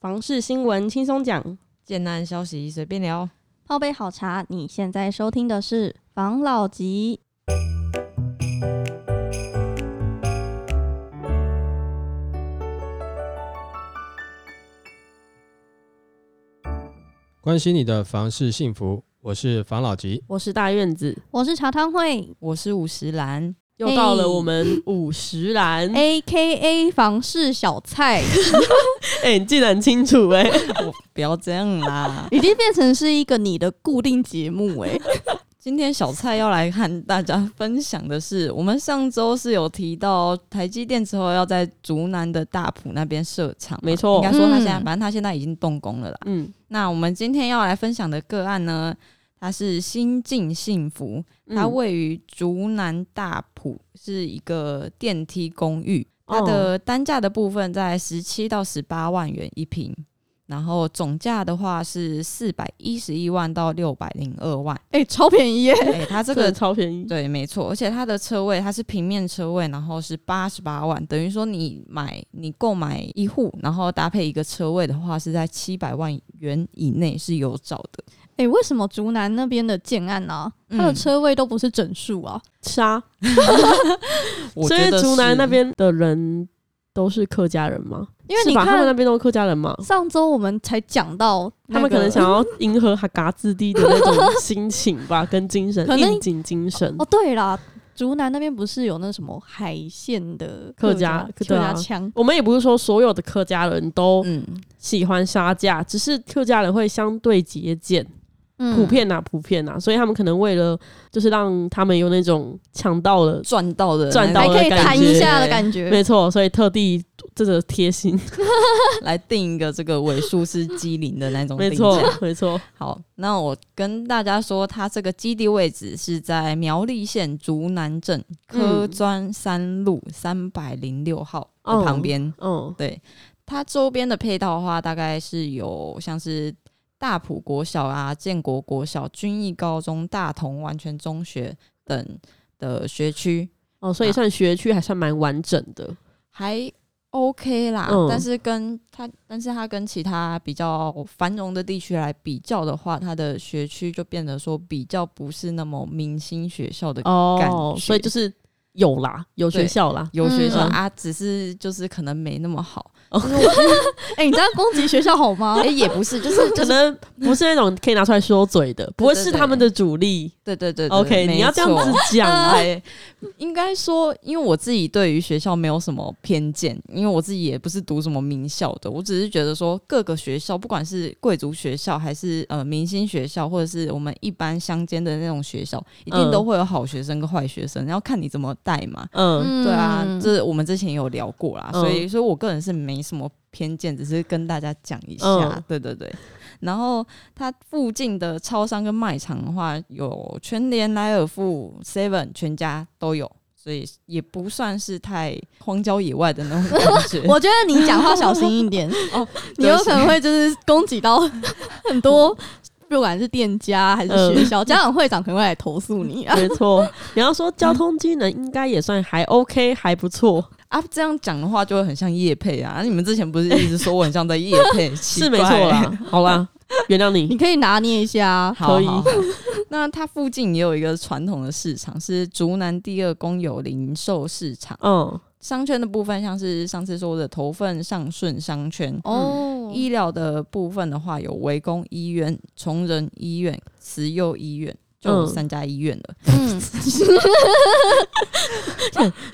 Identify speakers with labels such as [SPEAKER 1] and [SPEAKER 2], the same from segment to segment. [SPEAKER 1] 房事新闻轻松讲，
[SPEAKER 2] 简单消息随便聊。
[SPEAKER 3] 泡杯好茶，你现在收听的是《防老集》。
[SPEAKER 4] 关心你的房事幸福，我是房老吉。
[SPEAKER 1] 我是大院子，
[SPEAKER 3] 我是茶汤会
[SPEAKER 2] 我是五十岚，
[SPEAKER 1] 又到了我们五十栏。哎、
[SPEAKER 3] ，A K A 房事小菜，！
[SPEAKER 1] 你记得很清楚哎、
[SPEAKER 2] 不要这样啦
[SPEAKER 3] 已经变成是一个你的固定节目哎、
[SPEAKER 2] 今天小蔡要来和大家分享的是，我们上周是有提到台积电之后要在竹南的大埔那边设厂嘛，
[SPEAKER 1] 没错
[SPEAKER 2] 应该说他现在，
[SPEAKER 3] 嗯
[SPEAKER 2] 反正他现在已经动工了啦。
[SPEAKER 1] 嗯，
[SPEAKER 2] 那我们今天要来分享的个案呢，它是新进幸福，它
[SPEAKER 1] 嗯
[SPEAKER 2] 位于竹南大埔，是一个电梯公寓。它
[SPEAKER 1] 哦
[SPEAKER 2] 的单价的部分在十七到十八万元一平，然后总价的话是四百一十一万到六百零二万。
[SPEAKER 3] 哎、超便宜耶、
[SPEAKER 2] 哎、它这
[SPEAKER 1] 这个
[SPEAKER 2] 个
[SPEAKER 1] 超便宜，
[SPEAKER 2] 对，没错，而且它的车位它是平面车位，然后是八十八万，等于说你买你购买一户，然后搭配一个车位的话，是在七百万元以内是有找的。
[SPEAKER 3] 哎、为什么竹南那边的建案啊，它的
[SPEAKER 2] 嗯
[SPEAKER 3] 车位都不是整数啊？
[SPEAKER 1] 杀。
[SPEAKER 2] 我
[SPEAKER 1] 所以
[SPEAKER 2] 觉得
[SPEAKER 1] 竹南
[SPEAKER 2] 是
[SPEAKER 1] 那边的人都是客家人吗？
[SPEAKER 3] 因为
[SPEAKER 1] 是
[SPEAKER 3] 你
[SPEAKER 1] 吧他们那
[SPEAKER 3] 看
[SPEAKER 1] 边都是客家人嘛，
[SPEAKER 3] 上周我们才讲到那
[SPEAKER 1] 他们可
[SPEAKER 3] 个
[SPEAKER 1] 能想要迎合哈嘎子弟的那种心情 吧，跟精神
[SPEAKER 3] 可能
[SPEAKER 1] 应景精神
[SPEAKER 3] 哦，。对啦，竹南那边不是有那什么海线的
[SPEAKER 1] 客
[SPEAKER 3] 家
[SPEAKER 1] 家
[SPEAKER 3] 客
[SPEAKER 1] 对啊
[SPEAKER 3] 腔？
[SPEAKER 1] 我们也不是说所有的客家人都
[SPEAKER 2] 嗯，
[SPEAKER 1] 喜欢杀价，只是客家人会相对节俭，
[SPEAKER 3] 嗯
[SPEAKER 1] 普遍呐、啊普遍呐、所以他们可能为了就是让他们有那种抢到了，
[SPEAKER 2] 赚到的
[SPEAKER 1] 赚到
[SPEAKER 3] 还
[SPEAKER 1] 的
[SPEAKER 3] 可以
[SPEAKER 1] 感
[SPEAKER 3] 谈一
[SPEAKER 1] 觉
[SPEAKER 3] 下的感觉。
[SPEAKER 1] 没错，所以特地这个贴心，
[SPEAKER 2] 来定一个这个尾数是机灵的那种
[SPEAKER 1] 没
[SPEAKER 2] 定
[SPEAKER 1] 错
[SPEAKER 2] 价。
[SPEAKER 1] 没错，
[SPEAKER 2] 好，那我跟大家说，它这个基地位置是在苗栗县竹南镇科
[SPEAKER 1] 嗯
[SPEAKER 2] 专三路三百零六号的旁边。
[SPEAKER 1] 嗯
[SPEAKER 2] 对，它周边的配套的话，大概是有像是大埔国小啊、建国国小、军艺高中、大同完全中学等的学区，
[SPEAKER 1] 哦，所以算学区还算蛮完整的，
[SPEAKER 2] 还 OK 啦。
[SPEAKER 1] 嗯
[SPEAKER 2] 但是跟它，但是它跟其他比较繁荣的地区来比较的话，它的学区就变得说比较不是那么明星学校的。
[SPEAKER 1] 哦
[SPEAKER 2] 感，觉
[SPEAKER 1] 所以就是有啦，有学
[SPEAKER 2] 对
[SPEAKER 1] 校啦，
[SPEAKER 2] 有学校、
[SPEAKER 1] 嗯
[SPEAKER 2] 啊，只是就是可能没那么好，
[SPEAKER 3] 哎、你这样攻击学校好吗
[SPEAKER 2] 哎、？也不是，就是就
[SPEAKER 1] 可
[SPEAKER 2] 是
[SPEAKER 1] 能不是那种可以拿出来说嘴的，不会
[SPEAKER 2] 对
[SPEAKER 1] 是
[SPEAKER 2] 对
[SPEAKER 1] 他们的主力。
[SPEAKER 2] 对对对对
[SPEAKER 1] OK，
[SPEAKER 2] 没
[SPEAKER 1] 你要这样
[SPEAKER 2] 错
[SPEAKER 1] 子讲啊，
[SPEAKER 2] 哎，应该说，因为我自己对于学校没有什么偏见，因为我自己也不是读什么名校的，我只是觉得说各个学校，不管是贵族学校还是呃明星学校，或者是我们一般乡间的那种学校，一定
[SPEAKER 1] 嗯
[SPEAKER 2] 都会有好学生跟坏学生，然后看你怎么带嘛。
[SPEAKER 1] 嗯，
[SPEAKER 3] 嗯
[SPEAKER 2] 对啊，这我们之前也有聊过啦，
[SPEAKER 1] 嗯
[SPEAKER 2] 所以所以我个人是没什么偏见，只是跟大家讲一下，
[SPEAKER 1] 嗯
[SPEAKER 2] 对对对。然后它附近的超商跟卖场的话，有全联、莱尔富、Seven、全家都有，所以也不算是太荒郊野外的那种感 觉。
[SPEAKER 3] 我觉得你讲话小心一点哦
[SPEAKER 2] 哦，
[SPEAKER 3] 你有可能会就是攻击到很多，不管是店家还是学校，家长会长可能会来投诉你
[SPEAKER 2] 嗯
[SPEAKER 3] 啊。
[SPEAKER 1] 没错。你要说交通机能应该也算还 OK，还 不错，
[SPEAKER 2] 啊，这样讲的话就会很像叶配啊！你们之前不是一直说我很像在叶 配，
[SPEAKER 1] 是没错啦。 好啦，原谅
[SPEAKER 3] 你
[SPEAKER 1] 你。
[SPEAKER 3] 可以拿捏一下啊，
[SPEAKER 2] 好
[SPEAKER 1] 可以
[SPEAKER 2] 好好那它附近也有一个传统的市场，是竹南第二公有零售市场。
[SPEAKER 1] 嗯，
[SPEAKER 2] 商圈的部分，像是上次说的头份上顺商圈。
[SPEAKER 3] 哦
[SPEAKER 2] 医疗的部分的话，有围攻医院、崇仁医院、慈幼医院，就有
[SPEAKER 1] 嗯
[SPEAKER 2] 三家医院了。
[SPEAKER 3] 嗯，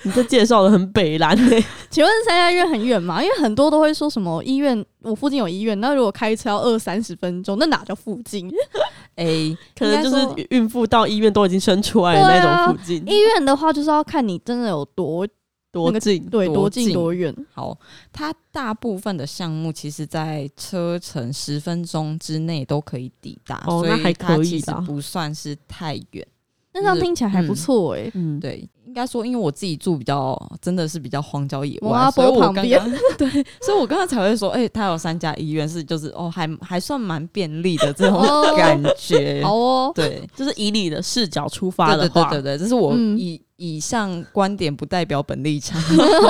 [SPEAKER 1] 你这介绍的很北 蓝欸
[SPEAKER 3] 请问三家医院很远吗？因为很多都会说什么医院，我附近有医院，那如果开车要二三十分钟，那哪叫附近？
[SPEAKER 2] 哎、
[SPEAKER 1] 可能就
[SPEAKER 3] 应该说
[SPEAKER 1] 是孕妇到医院都已经生出来的那
[SPEAKER 2] 啊
[SPEAKER 1] 种附近，
[SPEAKER 3] 医院的话，就是要看你真的有多
[SPEAKER 1] 多近。
[SPEAKER 3] 对
[SPEAKER 2] 多
[SPEAKER 3] 多近
[SPEAKER 2] 近
[SPEAKER 3] 多远。
[SPEAKER 2] 好，它大部分的项目其实在车程十分钟之内都可以抵达，
[SPEAKER 1] 哦
[SPEAKER 2] 所
[SPEAKER 1] 那还
[SPEAKER 2] 它
[SPEAKER 1] 可以
[SPEAKER 2] 其实
[SPEAKER 1] 啦
[SPEAKER 2] 不算是太远。
[SPEAKER 3] 那这样听起来还不错哎、
[SPEAKER 1] 嗯，
[SPEAKER 2] 对，应该说，因为我自己住比较真的是比较荒郊野
[SPEAKER 3] 蒙阿
[SPEAKER 2] 外，所
[SPEAKER 3] 波
[SPEAKER 2] 以我
[SPEAKER 3] 旁
[SPEAKER 2] 刚刚
[SPEAKER 3] 边
[SPEAKER 2] 对，所以我刚刚才会说，哎、它有三家医院是就是哦，还还算蛮便利的这种
[SPEAKER 3] 哦
[SPEAKER 2] 感觉，
[SPEAKER 3] 好哦，
[SPEAKER 2] 对。
[SPEAKER 1] 就是以你的视角出发
[SPEAKER 2] 对
[SPEAKER 1] 的
[SPEAKER 2] 对
[SPEAKER 1] 话，
[SPEAKER 2] 对对对，这是我
[SPEAKER 3] 嗯
[SPEAKER 2] 以、以上观点不代表本立场。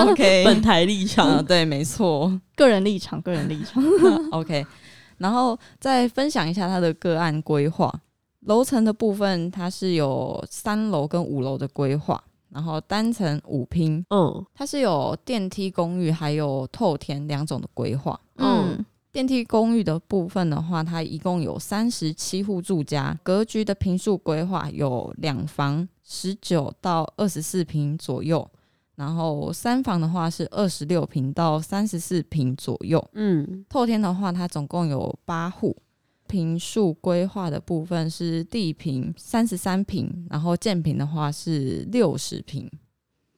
[SPEAKER 2] OK，
[SPEAKER 1] 本台立场、
[SPEAKER 2] 嗯，对，没错。
[SPEAKER 3] 个人立场，个人立场。
[SPEAKER 2] OK，然后再分享一下它的个案规划。楼层的部分，它是有三楼跟五楼的规划，然后单层五拼，
[SPEAKER 1] 嗯，
[SPEAKER 2] 它是有电梯公寓还有透天两种的规划。
[SPEAKER 3] 嗯，
[SPEAKER 2] 电梯公寓的部分的话，它一共有三十七户住家，格局的平数规划有两房十九到二十四平左右，然后三房的话是二十六平到三十四平左右。
[SPEAKER 1] 嗯，
[SPEAKER 2] 透天的话，它总共有八户，平数规划的部分是地平三十三平，然后建平的话是六十平。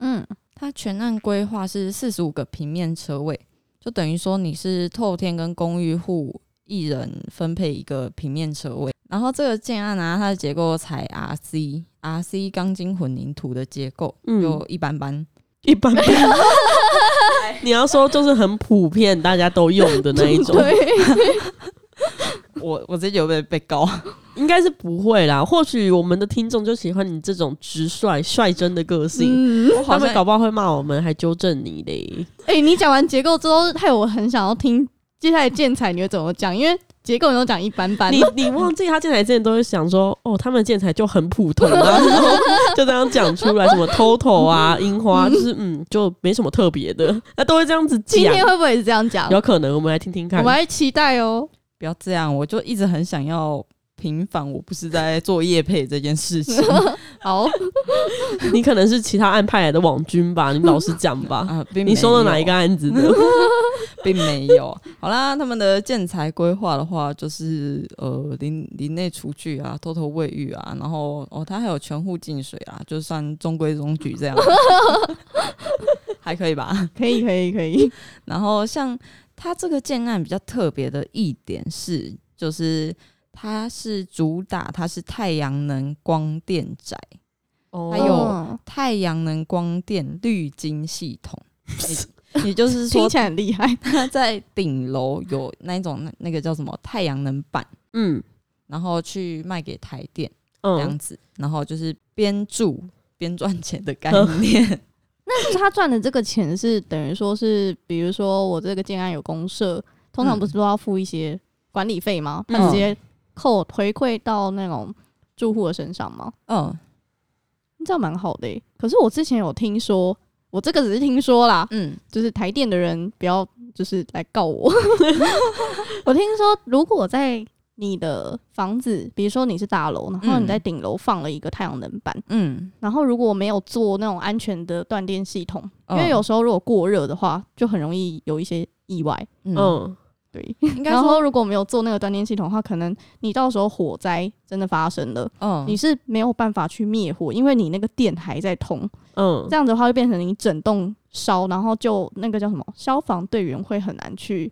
[SPEAKER 3] 嗯，
[SPEAKER 2] 它全案规划是四十五个平面车位，就等于说你是透天跟公寓户一人分配一个平面车位。然后这个建案啊，它的结构采 RC RC 钢筋混凝土的结构，
[SPEAKER 1] 嗯
[SPEAKER 2] 就一般般。
[SPEAKER 1] 一般般。你要说就是很普遍，大家都用的那一 种，
[SPEAKER 3] 对，
[SPEAKER 2] 我我自己有被被告，
[SPEAKER 1] 应该是不会啦。或许我们的听众就喜欢你这种直率、率真的个性，
[SPEAKER 3] 嗯，
[SPEAKER 2] 我
[SPEAKER 1] 他
[SPEAKER 2] 好
[SPEAKER 1] 们
[SPEAKER 2] 像
[SPEAKER 1] 搞不好会骂我们，还纠正你嘞。
[SPEAKER 3] 哎、你讲完结构之后，害我很想要听接下来建材你会怎么讲，因为结构你都讲一般般。
[SPEAKER 1] 你你忘记他建材之前都会想说，哦，他们的建材就很普通啊， 然后就这样讲出来，什么 total 啊、樱花，就是嗯，就没什么特别的，那都会这样子
[SPEAKER 3] 今
[SPEAKER 1] 讲。
[SPEAKER 3] 天会不会也是这样讲？
[SPEAKER 1] 有可能，我们来听听
[SPEAKER 3] 我
[SPEAKER 1] 看
[SPEAKER 3] 们。还期待哦。
[SPEAKER 2] 不要这样，我就一直很想要平反，我不是在做业配这件事 情
[SPEAKER 3] 好，
[SPEAKER 1] 你可能是其他案派来的网军吧？你老实讲吧。
[SPEAKER 3] 嗯
[SPEAKER 2] 啊，并没
[SPEAKER 1] 你收了哪
[SPEAKER 2] 有
[SPEAKER 1] 一个案子的？
[SPEAKER 2] 并没有。好啦，他们的建材规划的话，就是呃林林内厨具啊、偷偷卫浴啊，然后哦，它还有全户净水啊，就算中规中矩 这样，还可以吧。
[SPEAKER 3] 可以，可以，可以。
[SPEAKER 2] 然后像它这个建案比较特别的一点是，就是它是主打它是太阳能光电宅，
[SPEAKER 1] 哦
[SPEAKER 2] 还有
[SPEAKER 3] 哦
[SPEAKER 2] 太阳能光电滤晶系统。哎也也就是
[SPEAKER 3] 听
[SPEAKER 2] 说，
[SPEAKER 3] 起来 很厉害。
[SPEAKER 2] 它在顶楼有那一种那那个叫什么太阳能板，
[SPEAKER 1] 嗯
[SPEAKER 2] 然后去卖给台电这样
[SPEAKER 1] 嗯，
[SPEAKER 2] 子，然后就是边住 边赚钱的概念。
[SPEAKER 3] 那他赚的这个钱是等于说是，比如说我这个建案有公社，通常不是都要付一些管理费吗？
[SPEAKER 1] 嗯
[SPEAKER 3] 他直接扣回馈到那种住户的身上吗？
[SPEAKER 2] 嗯
[SPEAKER 3] 这样蛮好的欸、可是我之前有听说，我这个只是听说啦，
[SPEAKER 2] 嗯
[SPEAKER 3] 就是台电的人不要就是来告我。 我听说，如果在你的房子，比如说你是大楼，然后你在顶楼放了一个太阳能板，
[SPEAKER 2] 嗯，
[SPEAKER 3] 然后如果没有做那种安全的断电系统，因
[SPEAKER 2] 嗯
[SPEAKER 3] 为有时候如果过热的话，就很容易有一些意外。
[SPEAKER 2] 嗯，
[SPEAKER 1] 嗯，
[SPEAKER 3] 对，
[SPEAKER 2] 应该
[SPEAKER 3] 然
[SPEAKER 2] 说
[SPEAKER 3] 后如果没有做那个断电系统的话，可能你到时候火灾真的发生了，
[SPEAKER 2] 嗯
[SPEAKER 3] 你是没有办法去灭火，因为你那个电还在通。
[SPEAKER 1] 嗯
[SPEAKER 3] 这，样子的话，会变成你整栋烧，然后就那个叫什么消防队员会很难去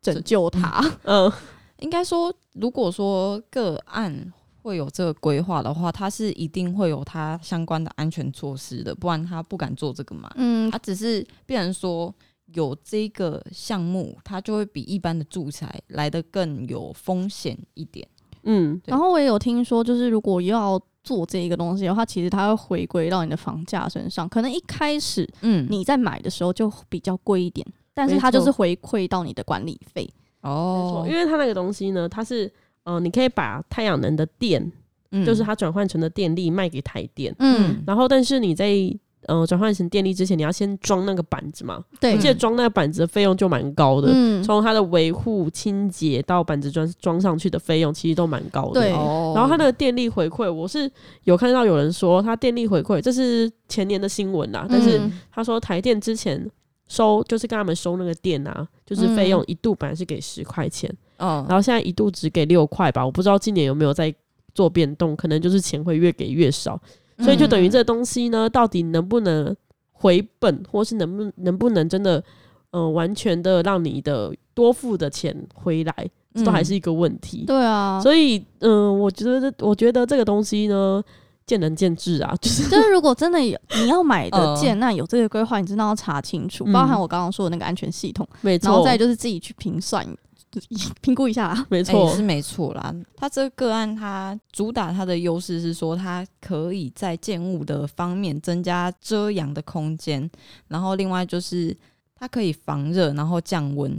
[SPEAKER 3] 拯救它。
[SPEAKER 1] 嗯，
[SPEAKER 2] 应该说，如果说个案。会有这个规划的话，它是一定会有它相关的安全措施的，不然他不敢做这个嘛。
[SPEAKER 3] 嗯
[SPEAKER 2] 它只是变成说有这个项目，它就会比一般的住宅来的更有风险一点。
[SPEAKER 1] 嗯，
[SPEAKER 2] 对
[SPEAKER 3] 然后我也有听说，就是如果要做这一个东西的话，其实它会回归到你的房价身上。可能一开始
[SPEAKER 2] 嗯
[SPEAKER 3] 你在买的时候就比较贵一点，但是
[SPEAKER 1] 没
[SPEAKER 3] 它就
[SPEAKER 1] 错
[SPEAKER 3] 是回馈到你的管理费。
[SPEAKER 2] 哦，
[SPEAKER 1] 因为它那个东西呢，它是呃，你可以把太阳能的电，
[SPEAKER 2] 为
[SPEAKER 1] 就是它转换成的电力卖给台电，
[SPEAKER 3] 嗯，
[SPEAKER 1] 然后但是你在呃转换成电力之前，你要先装那个板子
[SPEAKER 2] 嗯
[SPEAKER 1] 嘛，
[SPEAKER 3] 对
[SPEAKER 1] 而，且装那个板子的费用就蛮高的。
[SPEAKER 3] 嗯，
[SPEAKER 1] 从它的维护、清洁到板子装装上去的费用，其实都蛮高的。
[SPEAKER 3] 对
[SPEAKER 2] 哦
[SPEAKER 1] 然后它那个电力回馈，我是有看到有人说它电力回馈，这是前年的新闻啊啦。但是
[SPEAKER 3] 嗯
[SPEAKER 1] 他说台电之前收就是跟他们收那个电啊，就是费用一度本来是给十块钱，
[SPEAKER 2] 嗯
[SPEAKER 1] 然后现在一度只给六块吧。我不知道今年有没有在做变动，可能就是钱会越给越少，
[SPEAKER 3] 嗯
[SPEAKER 1] 所以就等于这个东西呢，到底能不能回本，或是能不能不能真的嗯、呃完全的让你的多付的钱回来，
[SPEAKER 2] 嗯
[SPEAKER 1] 这都还是一个问题。
[SPEAKER 3] 对啊，
[SPEAKER 1] 所以，嗯、我觉得，我觉得这个东西呢，见仁见智啊， 就是
[SPEAKER 3] 就是如果真的有你要买的
[SPEAKER 2] 嗯
[SPEAKER 3] 建案有这个规划，你真的要查清楚，
[SPEAKER 2] 嗯
[SPEAKER 3] 包含我刚刚说的那个安全系统，
[SPEAKER 1] 没
[SPEAKER 3] 然后
[SPEAKER 1] 错，
[SPEAKER 3] 再就是自己去评算、 评估一下啊。
[SPEAKER 1] 没
[SPEAKER 2] 哎也
[SPEAKER 1] 错
[SPEAKER 2] 是，没错啦。它这个个案，它主打它的优势是说，它可以在建物的方面增加遮阳的空间，然后另外就是它可以防热，然后降温，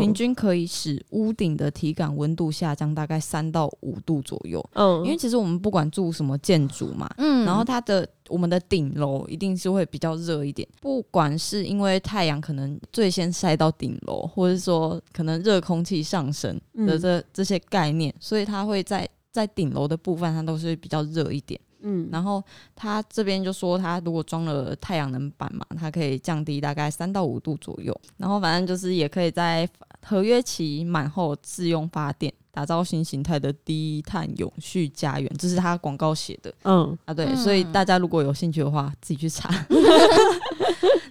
[SPEAKER 2] 平
[SPEAKER 1] 嗯
[SPEAKER 2] 均可以使屋顶的体感温度下降大概三到五度左右。
[SPEAKER 1] 嗯，
[SPEAKER 2] 因为其实我们不管住什么建筑嘛，
[SPEAKER 3] 嗯
[SPEAKER 2] 然后它的我们的顶楼一定是会比较热一点，不管是因为太阳可能最先晒到顶楼，或者说可能热空气上升的
[SPEAKER 1] 嗯
[SPEAKER 2] 这、这些概念，所以它会在在顶楼的部分它都是比较热一点。
[SPEAKER 1] 嗯，
[SPEAKER 2] 然后它这边就说，它如果装了太阳能板嘛，它可以降低大概三到五度左右。然后反正就是也可以在合约期满后自用发电，打造新形态的低碳永续家园，这是它广告写的。
[SPEAKER 1] 嗯
[SPEAKER 2] 啊，对，
[SPEAKER 3] 嗯
[SPEAKER 2] 所以大家如果有兴趣的话，自己去查。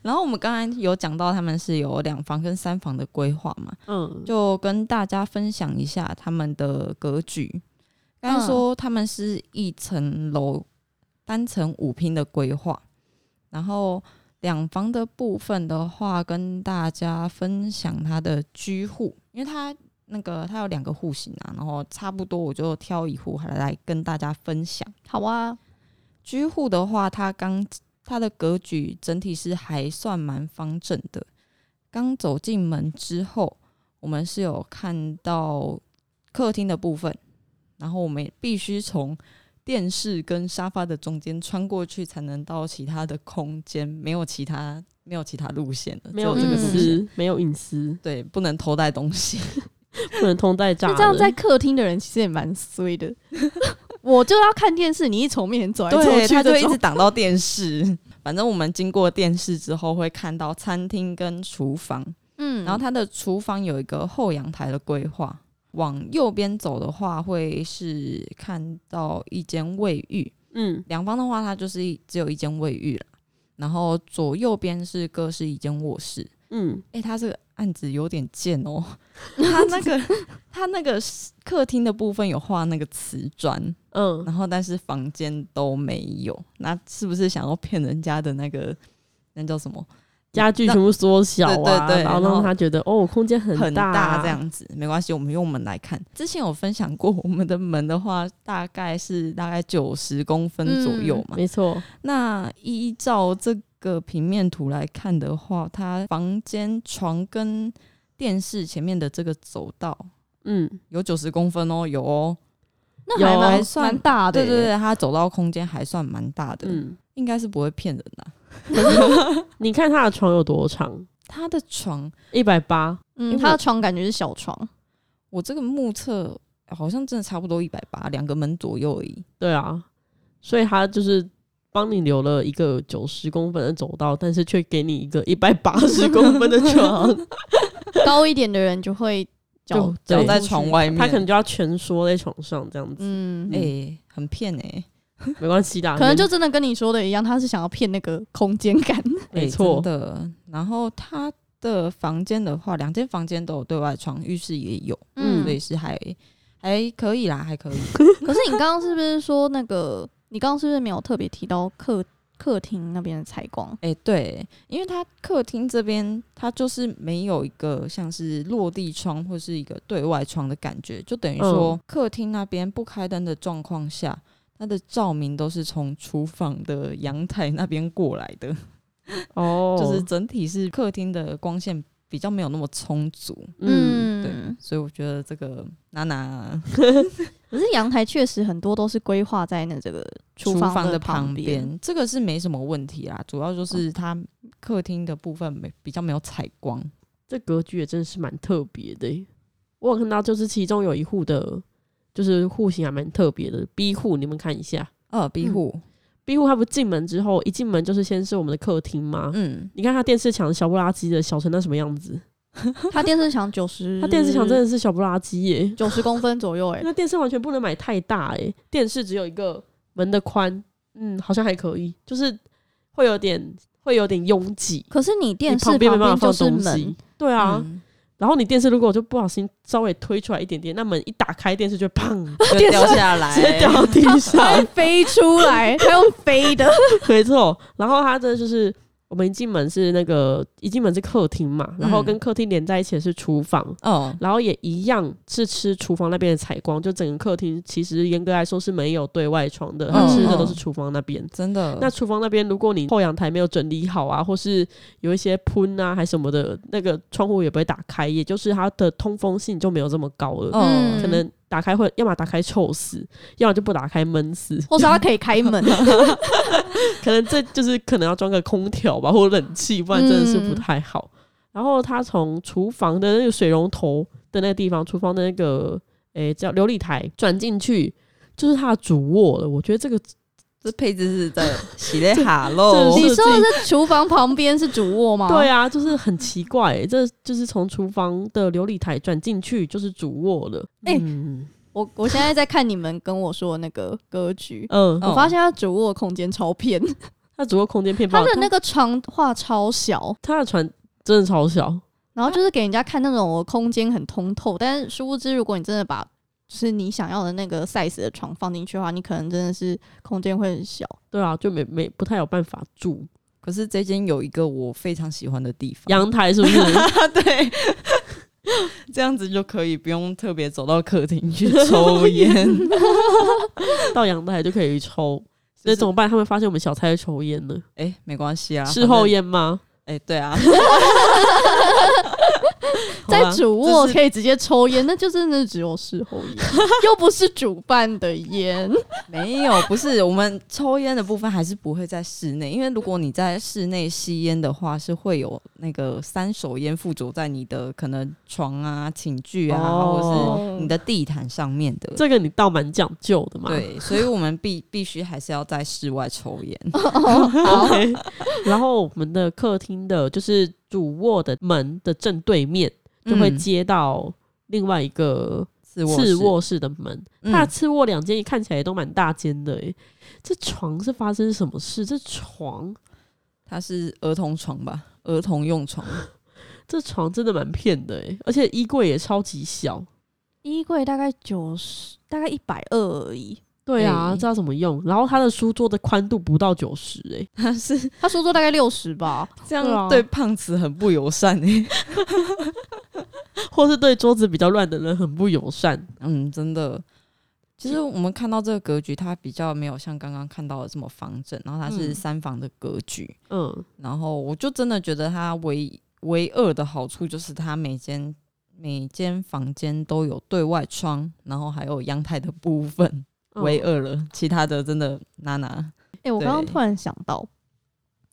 [SPEAKER 2] 然后我们刚才有讲到他们是有两房跟三房的规划嘛，
[SPEAKER 1] 嗯，
[SPEAKER 2] 就跟大家分享一下他们的格局。刚才
[SPEAKER 3] 嗯
[SPEAKER 2] 说他们是一层楼单层五拼的规划，然后两房的部分的话，跟大家分享它的居户，因为它那个它有两个户型啊，然后差不多我就挑一户来来跟大家分享。
[SPEAKER 3] 好啊，
[SPEAKER 2] 居户的话，它刚它的格局整体是还算蛮方正的。刚走进门之后，我们是有看到客厅的部分，然后我们也必须从电视跟沙发的中间穿过去，才能到其他的空间，没有其他没有其他路线了，
[SPEAKER 1] 没
[SPEAKER 2] 只有
[SPEAKER 1] 有
[SPEAKER 2] 这
[SPEAKER 1] 隐
[SPEAKER 2] 个路线。
[SPEAKER 1] 私，没有隐私，
[SPEAKER 2] 对，不能偷带东西。
[SPEAKER 1] 不能通带炸
[SPEAKER 3] 就
[SPEAKER 1] 的，
[SPEAKER 3] 这样在客厅的人其实也蛮衰的。 我就要看电视，你一从面 前走来走
[SPEAKER 2] 对，
[SPEAKER 3] 去
[SPEAKER 2] 他就
[SPEAKER 3] 这
[SPEAKER 2] 一直
[SPEAKER 3] 种，
[SPEAKER 2] 挡到电视。反正我们经过电视之后，会看到餐厅跟厨房，
[SPEAKER 3] 嗯
[SPEAKER 2] 然后它的厨房有一个后阳台的规划，往右边走的话，会是看到一间卫浴。
[SPEAKER 1] 嗯
[SPEAKER 2] 两方的话，它就是一只有一间卫浴啦。然后左右边是各是一间卧室。
[SPEAKER 1] 嗯
[SPEAKER 2] 诶，它这个案子有点贱哦。它那个它那个客厅的部分有画那个瓷砖，
[SPEAKER 1] 嗯，
[SPEAKER 2] 然后但是房间都没有。那是不是想要骗人家的那个那叫什么？
[SPEAKER 1] 家具全部缩小啊，
[SPEAKER 2] 对对对
[SPEAKER 1] 然后
[SPEAKER 2] 然
[SPEAKER 1] 让
[SPEAKER 2] 后
[SPEAKER 1] 他觉得哦，空间很
[SPEAKER 2] 很
[SPEAKER 1] 大啊
[SPEAKER 2] 这，样子，没关系，我们用门来看。之前有分享过，我们的门的话，大概是大概九十公分左右嘛。
[SPEAKER 1] 没错，
[SPEAKER 2] 那依照这个平面图来看的话，它房间床跟电视前面的这个走道
[SPEAKER 1] 嗯，
[SPEAKER 2] 有九十公分哦，有哦。
[SPEAKER 3] 那还
[SPEAKER 1] 有
[SPEAKER 3] 蛮
[SPEAKER 2] 还算
[SPEAKER 3] 啊蛮大的
[SPEAKER 2] 啊对
[SPEAKER 3] 耶，
[SPEAKER 2] 对对，它走道空间还算蛮大的，
[SPEAKER 1] 嗯，
[SPEAKER 2] 应该是不会骗人啊啦。
[SPEAKER 1] 你看他的床有多长？
[SPEAKER 2] 它的床，
[SPEAKER 1] 一百八，
[SPEAKER 3] 嗯，他的床感觉是小床，
[SPEAKER 2] 我这个目测好像真的差不多一百八，两个门左右而已。
[SPEAKER 1] 对啊，所以他就是帮你留了一个九十公分的走道，但是却给你一个一百八十公分的床，
[SPEAKER 3] 高一点的人就会脚
[SPEAKER 1] 就
[SPEAKER 2] 脚
[SPEAKER 1] 对
[SPEAKER 2] 在床外面，
[SPEAKER 1] 他可能就要蜷缩在床上这样子，
[SPEAKER 3] 嗯
[SPEAKER 2] 哎、很骗哎、
[SPEAKER 1] 没关系的，
[SPEAKER 3] 可能就真的跟你说的一样，他是想要骗那个空间感。
[SPEAKER 1] 没
[SPEAKER 2] 哎
[SPEAKER 1] 错
[SPEAKER 2] 真的。然后他的房间的话，两间房间都有对外窗，浴室也有，
[SPEAKER 1] 嗯
[SPEAKER 2] 所以是还还可以啦，还可以。
[SPEAKER 3] 可是你刚刚是不是说那个？你刚刚是不是没有特别提到客客厅那边的采光？
[SPEAKER 2] 哎、对，因为他客厅这边，它就是没有一个像是落地窗或是一个对外窗的感觉，就等于说、
[SPEAKER 1] 嗯
[SPEAKER 2] 客厅那边不开灯的状况下，它的照明都是从厨房的阳台那边过来的，
[SPEAKER 1] 哦，
[SPEAKER 2] 就是整体是客厅的光线比较没有那么充足，
[SPEAKER 1] 嗯，
[SPEAKER 2] 对，所以我觉得这个娜 娜
[SPEAKER 3] 可是阳台确实很多都是规划在那这个厨
[SPEAKER 2] 房
[SPEAKER 3] 的
[SPEAKER 2] 旁嗯
[SPEAKER 3] 边。，
[SPEAKER 2] 这个是没什么问题啦，主要就是它客厅的部分没比较没有采光，
[SPEAKER 1] 这格局也真是蛮特别的耶。我有看到，就是其中有一户的，就是户型还蛮特别的，B 户，你们看一下。
[SPEAKER 2] 二哦壁户，
[SPEAKER 1] B 户他不进门之后，一进门就是先是我们的客厅吗？
[SPEAKER 2] 嗯，
[SPEAKER 1] 你看他电视墙小不拉几的，小成那什么样子？
[SPEAKER 3] 他电视墙九 十，
[SPEAKER 1] 他电视墙真的是小不拉几耶、
[SPEAKER 3] 九十公分 左右、欸，哎，
[SPEAKER 1] 那电视完全不能买太大哎、电视只有一个门的宽，嗯，好像还可以，就是会有点会有点拥挤。
[SPEAKER 3] 可是你电
[SPEAKER 1] 你
[SPEAKER 3] 视
[SPEAKER 1] 旁边没办法
[SPEAKER 3] 就
[SPEAKER 1] 放
[SPEAKER 3] 是
[SPEAKER 1] 东
[SPEAKER 3] 门
[SPEAKER 1] 西，，对啊。
[SPEAKER 2] 嗯
[SPEAKER 1] 然后你电视如果就不小心稍微推出来一点点，那门一打开，电视就砰
[SPEAKER 2] 就掉下来
[SPEAKER 3] 哎
[SPEAKER 1] 直，接 掉到地 上，
[SPEAKER 3] 飞出来，还用飞 的，
[SPEAKER 1] 没错。然后它这就是我们一进门是那个一进门是客厅嘛，然后
[SPEAKER 2] 嗯
[SPEAKER 1] 跟客厅连在一起的是厨房，
[SPEAKER 2] 嗯，
[SPEAKER 1] 然后也一样是吃厨房那边的采光，就整个客厅其实严格来说是没有对外窗的，它
[SPEAKER 2] 嗯
[SPEAKER 1] 吃的都
[SPEAKER 2] 嗯
[SPEAKER 1] 是厨房那边。
[SPEAKER 2] 真的，
[SPEAKER 1] 那厨房那边，如果你后阳台没有整理好啊，或是有一些喷啊还什么的，那个窗户也不会打开，也就是它的通风性就没有这么高了，
[SPEAKER 2] 嗯
[SPEAKER 1] 可能打开会要么打开臭死，要么就不打开闷死，
[SPEAKER 3] 或是它可以开 门，
[SPEAKER 1] 可能这就是可能要装个空调吧，或冷气，不然真的是不
[SPEAKER 3] 嗯
[SPEAKER 1] 太好。然后他从厨房的那个水龙头的那个地方，厨房的那个诶、叫琉璃台转进去，就是他的主卧了。我觉得这个
[SPEAKER 2] 这配置是在洗 嘞哈喽
[SPEAKER 1] 这，
[SPEAKER 3] 你说的是厨房旁边是主卧吗？
[SPEAKER 1] 对啊，就是很奇怪、欸，这就是从厨房的琉璃台转进去就是主卧了。
[SPEAKER 3] 欸
[SPEAKER 1] 嗯
[SPEAKER 3] 我我现在在看你们跟我说那个格局，
[SPEAKER 1] 嗯，
[SPEAKER 2] 哦
[SPEAKER 3] 我发现它主卧空间超偏，
[SPEAKER 1] 他主卧空间偏
[SPEAKER 3] 它
[SPEAKER 1] 棒，
[SPEAKER 3] 的那
[SPEAKER 1] 他
[SPEAKER 3] 个床画超小，
[SPEAKER 1] 他的床真的超小，
[SPEAKER 3] 然后就是给人家看那种我空间很通透，但是殊不知，如果你真的把就是你想要的那个 size 的床放进去的话，你可能真的是空间会很小。
[SPEAKER 1] 对啊，就没没不太有办法住。
[SPEAKER 2] 可是这间有一个我非常喜欢的地方，
[SPEAKER 1] 阳台是 不是？
[SPEAKER 2] 对， 这样子就可以不用特别走到客厅 去抽烟。
[SPEAKER 1] 到阳台就可以抽。
[SPEAKER 2] 就
[SPEAKER 1] 那
[SPEAKER 2] 是
[SPEAKER 1] 怎么办？他们发现我们小蔡在抽烟呢？
[SPEAKER 2] 哎、没关系啊，
[SPEAKER 1] 事后烟吗？
[SPEAKER 2] 哎、对啊，
[SPEAKER 1] 好
[SPEAKER 3] 在
[SPEAKER 1] 吧
[SPEAKER 3] 主卧
[SPEAKER 2] 这是
[SPEAKER 3] 可以直接抽烟，那就真的只有事后烟，又不是主办的烟。
[SPEAKER 2] 没有，不是我们抽烟的部分还是不会在室内，因为如果你在室内吸烟的话，是会有那个三手烟附着在你的可能床啊、寝具啊，
[SPEAKER 1] 哦
[SPEAKER 2] 或者是你的地毯上面的。
[SPEAKER 1] 这个你倒蛮讲究的嘛。
[SPEAKER 2] 对，所以我们必必须还是要在室外抽烟。
[SPEAKER 1] ，OK。然后我们的客厅的，就是主卧的门的正对面，就会
[SPEAKER 2] 嗯
[SPEAKER 1] 接到另外一个
[SPEAKER 2] 次卧
[SPEAKER 1] 次
[SPEAKER 2] 室，
[SPEAKER 1] 卧室的门。
[SPEAKER 2] 嗯
[SPEAKER 1] 它的次卧两间看起来也都蛮大间的、欸，这床是发生什么事？这床，
[SPEAKER 2] 它是儿童床吧？儿童用床，
[SPEAKER 1] 这床真的蛮骗的、欸，而且衣柜也超级小。
[SPEAKER 3] 衣柜大概九十，大概一百二而已。
[SPEAKER 1] 对啊，
[SPEAKER 2] 欸
[SPEAKER 1] 知道怎么用。然后它的书桌的宽度不到九十、欸，
[SPEAKER 2] 它是
[SPEAKER 3] 他说说大概六十吧，
[SPEAKER 2] 这
[SPEAKER 1] 对啊
[SPEAKER 2] 样对胖子很不友善欸诶、
[SPEAKER 1] 或是对桌子比较乱的人很不友善。
[SPEAKER 2] 嗯，真的。其实我们看到这个格局，它比较没有像刚刚看到的这么方正，然后它是
[SPEAKER 1] 嗯
[SPEAKER 2] 三房的格局，
[SPEAKER 1] 嗯，
[SPEAKER 2] 然后我就真的觉得它唯唯二的好处就是它每间每间房间都有对外窗，然后还有阳台的部分，
[SPEAKER 1] 嗯
[SPEAKER 2] 唯二了，其他的真的娜娜，
[SPEAKER 3] 哎、我刚刚
[SPEAKER 2] 对
[SPEAKER 3] 突然想到，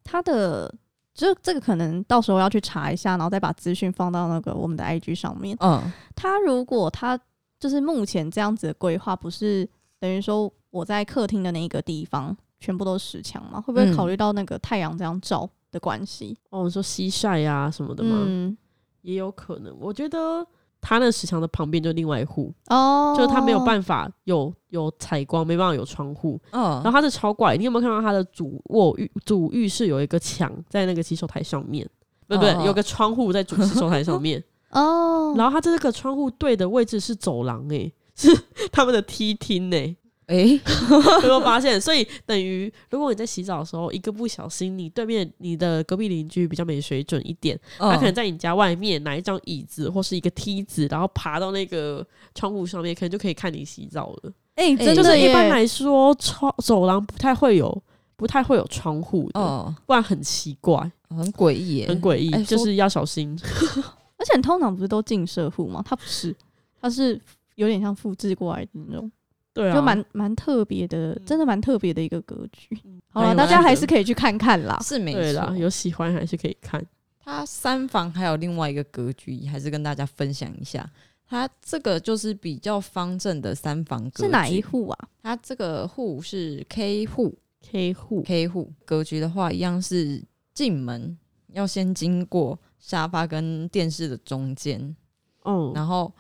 [SPEAKER 3] 他的这这个可能到时候要去查一下，然后再把资讯放到那个我们的 IG 上面。
[SPEAKER 2] 嗯
[SPEAKER 3] 他如果他就是目前这样子的规划，不是等于说我在客厅的那一个地方全部都是石墙吗？会不会
[SPEAKER 2] 嗯
[SPEAKER 3] 考虑到那个太阳这样照的关系？
[SPEAKER 1] 哦，你说西晒啊什么的吗？
[SPEAKER 3] 嗯，
[SPEAKER 1] 也有可能。我觉得他那石墙的旁边就另外一户，
[SPEAKER 3] 哦，
[SPEAKER 1] 就是他没有办法有有采光，没办法有窗户。然后
[SPEAKER 2] 嗯，
[SPEAKER 1] 他是超怪，你有没有看到他的主卧浴主浴室有一个墙在那个洗手台上面？对不对？
[SPEAKER 2] 哦哦
[SPEAKER 1] 有个窗户在主洗手台上 面，
[SPEAKER 3] 哦，
[SPEAKER 1] 然后他这个窗户对的位置是走廊、欸，是 他们的梯厅、欸，
[SPEAKER 2] 诶、
[SPEAKER 1] 有没有发现？所以等于如果你在洗澡的时候，一个不小心，你对面你的隔壁邻居比较没水准一点，他可能
[SPEAKER 2] 嗯
[SPEAKER 1] 在你家外面拿一张椅子或是一个梯子，然后爬到那个窗户上面，可能就可以看你洗澡了。
[SPEAKER 2] 诶，
[SPEAKER 3] 哎
[SPEAKER 2] 真
[SPEAKER 1] 就
[SPEAKER 2] 的
[SPEAKER 1] 是
[SPEAKER 3] 耶
[SPEAKER 1] 一般来说，窗走廊不太会有。不太会有窗户的，
[SPEAKER 2] 哦，
[SPEAKER 1] 不然很奇怪，
[SPEAKER 2] 嗯很诡异耶，
[SPEAKER 1] 很诡异，
[SPEAKER 2] 哎
[SPEAKER 1] 就
[SPEAKER 2] 说
[SPEAKER 1] 是要小心。
[SPEAKER 3] 而且通常不是都进社户吗？他不是，他是有点像复制过来的那种。
[SPEAKER 1] 对啊，嗯
[SPEAKER 3] 就蛮蛮特别的，真的蛮特别的一个格局。好
[SPEAKER 1] 哎蛮
[SPEAKER 3] 了，
[SPEAKER 1] 有
[SPEAKER 3] 大家
[SPEAKER 1] 难
[SPEAKER 3] 还
[SPEAKER 1] 得
[SPEAKER 3] 是可以去看看啦。
[SPEAKER 2] 是没
[SPEAKER 1] 对啦
[SPEAKER 2] 错，，
[SPEAKER 1] 有喜欢还是可以看。
[SPEAKER 2] 它三房还有另外一个格局，还是跟大家分享一下。它这个就是比较方正的三房格局。
[SPEAKER 3] 是哪一？户啊？
[SPEAKER 2] 它这个户是 K 户
[SPEAKER 1] K 户
[SPEAKER 2] ，K 户格局的话，一样是进门要先经过沙发跟电视的中间，
[SPEAKER 1] 哦，
[SPEAKER 2] 然后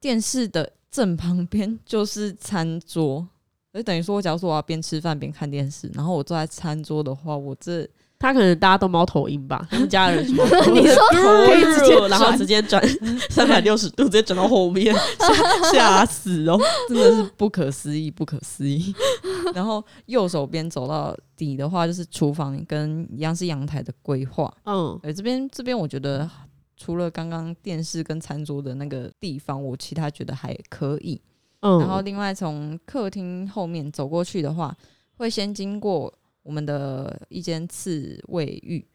[SPEAKER 2] 电视的正旁边就是餐桌。就等于说，假如说我要边吃饭边看电视，然后我坐在餐桌的话，我这
[SPEAKER 1] 他可能大家都猫头鹰 吧，他们家人什么
[SPEAKER 3] 你说
[SPEAKER 1] 可以直接哦然后
[SPEAKER 2] 转
[SPEAKER 1] 直接转 三百六十度，直接转到后面， 吓吓死哦！
[SPEAKER 2] 真的是不可思议，不可思议。然后右手边走到底的话，就是厨房跟一样是阳台的规划。
[SPEAKER 1] 嗯，
[SPEAKER 2] 呃，这边这边我觉得除了刚刚电视跟餐桌的那个地方，我其他觉得还可以。
[SPEAKER 1] 嗯，
[SPEAKER 2] 然后另外从客厅后面走过去的话，会先经过我们的一间次卫浴，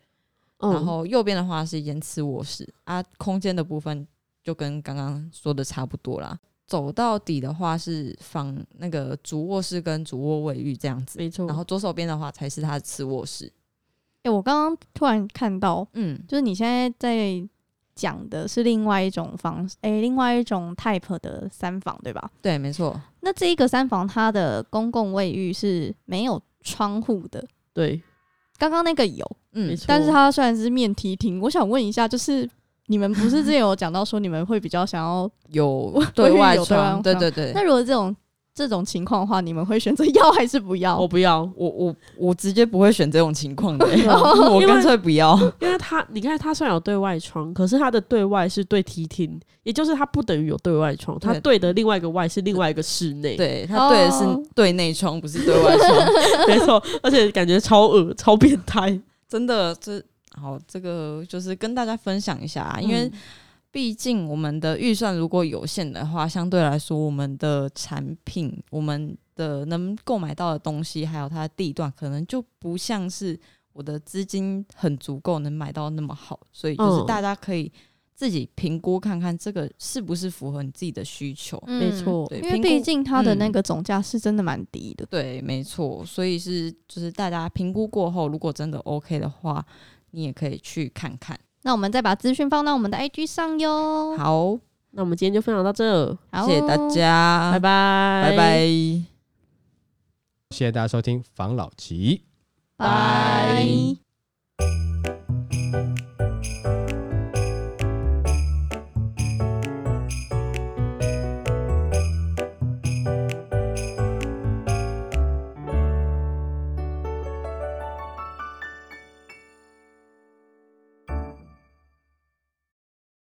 [SPEAKER 1] 嗯
[SPEAKER 2] 然后右边的话是一间次卧室啊。空间的部分就跟刚刚说的差不多啦。走到底的话是放那个主卧室跟主卧卫浴这样子，
[SPEAKER 1] 没错，
[SPEAKER 2] 然后左手边的话才是它的次卧室。
[SPEAKER 3] 哎、我刚刚突然看到，
[SPEAKER 2] 嗯，
[SPEAKER 3] 就是你现在在讲的是另外一种方式，哎、另外一种 type 的三房，对吧？
[SPEAKER 2] 对，没错。
[SPEAKER 3] 那这一个三房，它的公共卫浴是没有窗户的。
[SPEAKER 1] 对，
[SPEAKER 3] 刚刚那个有，
[SPEAKER 1] 没
[SPEAKER 2] 嗯，
[SPEAKER 1] 错
[SPEAKER 3] 但是它虽然是面梯厅，我想问一下，就是你们不是之前有讲到说你们会比较想要，
[SPEAKER 2] 有
[SPEAKER 3] 卫
[SPEAKER 2] 对
[SPEAKER 3] 浴
[SPEAKER 2] 外
[SPEAKER 3] 有对外
[SPEAKER 2] 窗，对
[SPEAKER 3] 窗
[SPEAKER 2] 对嗯对。
[SPEAKER 3] 那如果这种这种情况的话，你们会选择要还是不要
[SPEAKER 1] 我？不要，
[SPEAKER 2] 我我我直接不会选这种情况的、
[SPEAKER 1] 嗯
[SPEAKER 2] 我
[SPEAKER 1] 因为
[SPEAKER 2] 干脆不要。
[SPEAKER 1] 因为它你看它虽然有对外窗，可是它的对外是对梯厅，也就是它不等于有对外窗，它
[SPEAKER 2] 对
[SPEAKER 1] 对的另外一个外是另外一个室内，
[SPEAKER 2] 对他对的
[SPEAKER 3] 哦
[SPEAKER 2] 是对内窗，不是对外窗。
[SPEAKER 1] 没错，而且感觉超恶超变态，
[SPEAKER 2] 真的，这好，这个就是跟大家分享一下啊，因为
[SPEAKER 1] 嗯
[SPEAKER 2] 毕竟我们的预算如果有限的话，相对来说，我们的产品、我们的能购买到的东西，还有它的地段，可能就不像是我的资金很足够能买到那么好，所以就是
[SPEAKER 1] 嗯
[SPEAKER 2] 大家可以自己评估看看，这个是不是符合你自己的需求。
[SPEAKER 3] 嗯
[SPEAKER 1] 没错，
[SPEAKER 2] 对，
[SPEAKER 3] 因为
[SPEAKER 2] 评估
[SPEAKER 3] 毕竟它的
[SPEAKER 2] 嗯
[SPEAKER 3] 那个总价是真的蛮低的。
[SPEAKER 2] 对，没错，所以是就是大家评估过后，如果真的 OK 的话，你也可以去看看。
[SPEAKER 3] 那我们再把资讯放到我们的 IG 上哟。
[SPEAKER 2] 好，
[SPEAKER 1] 那我们今天就分享到这，
[SPEAKER 3] 好哦
[SPEAKER 2] 谢谢大家，
[SPEAKER 1] 哦拜拜，
[SPEAKER 2] 拜拜。
[SPEAKER 4] 谢谢大家收听房老吉。
[SPEAKER 3] 拜。
[SPEAKER 4] 拜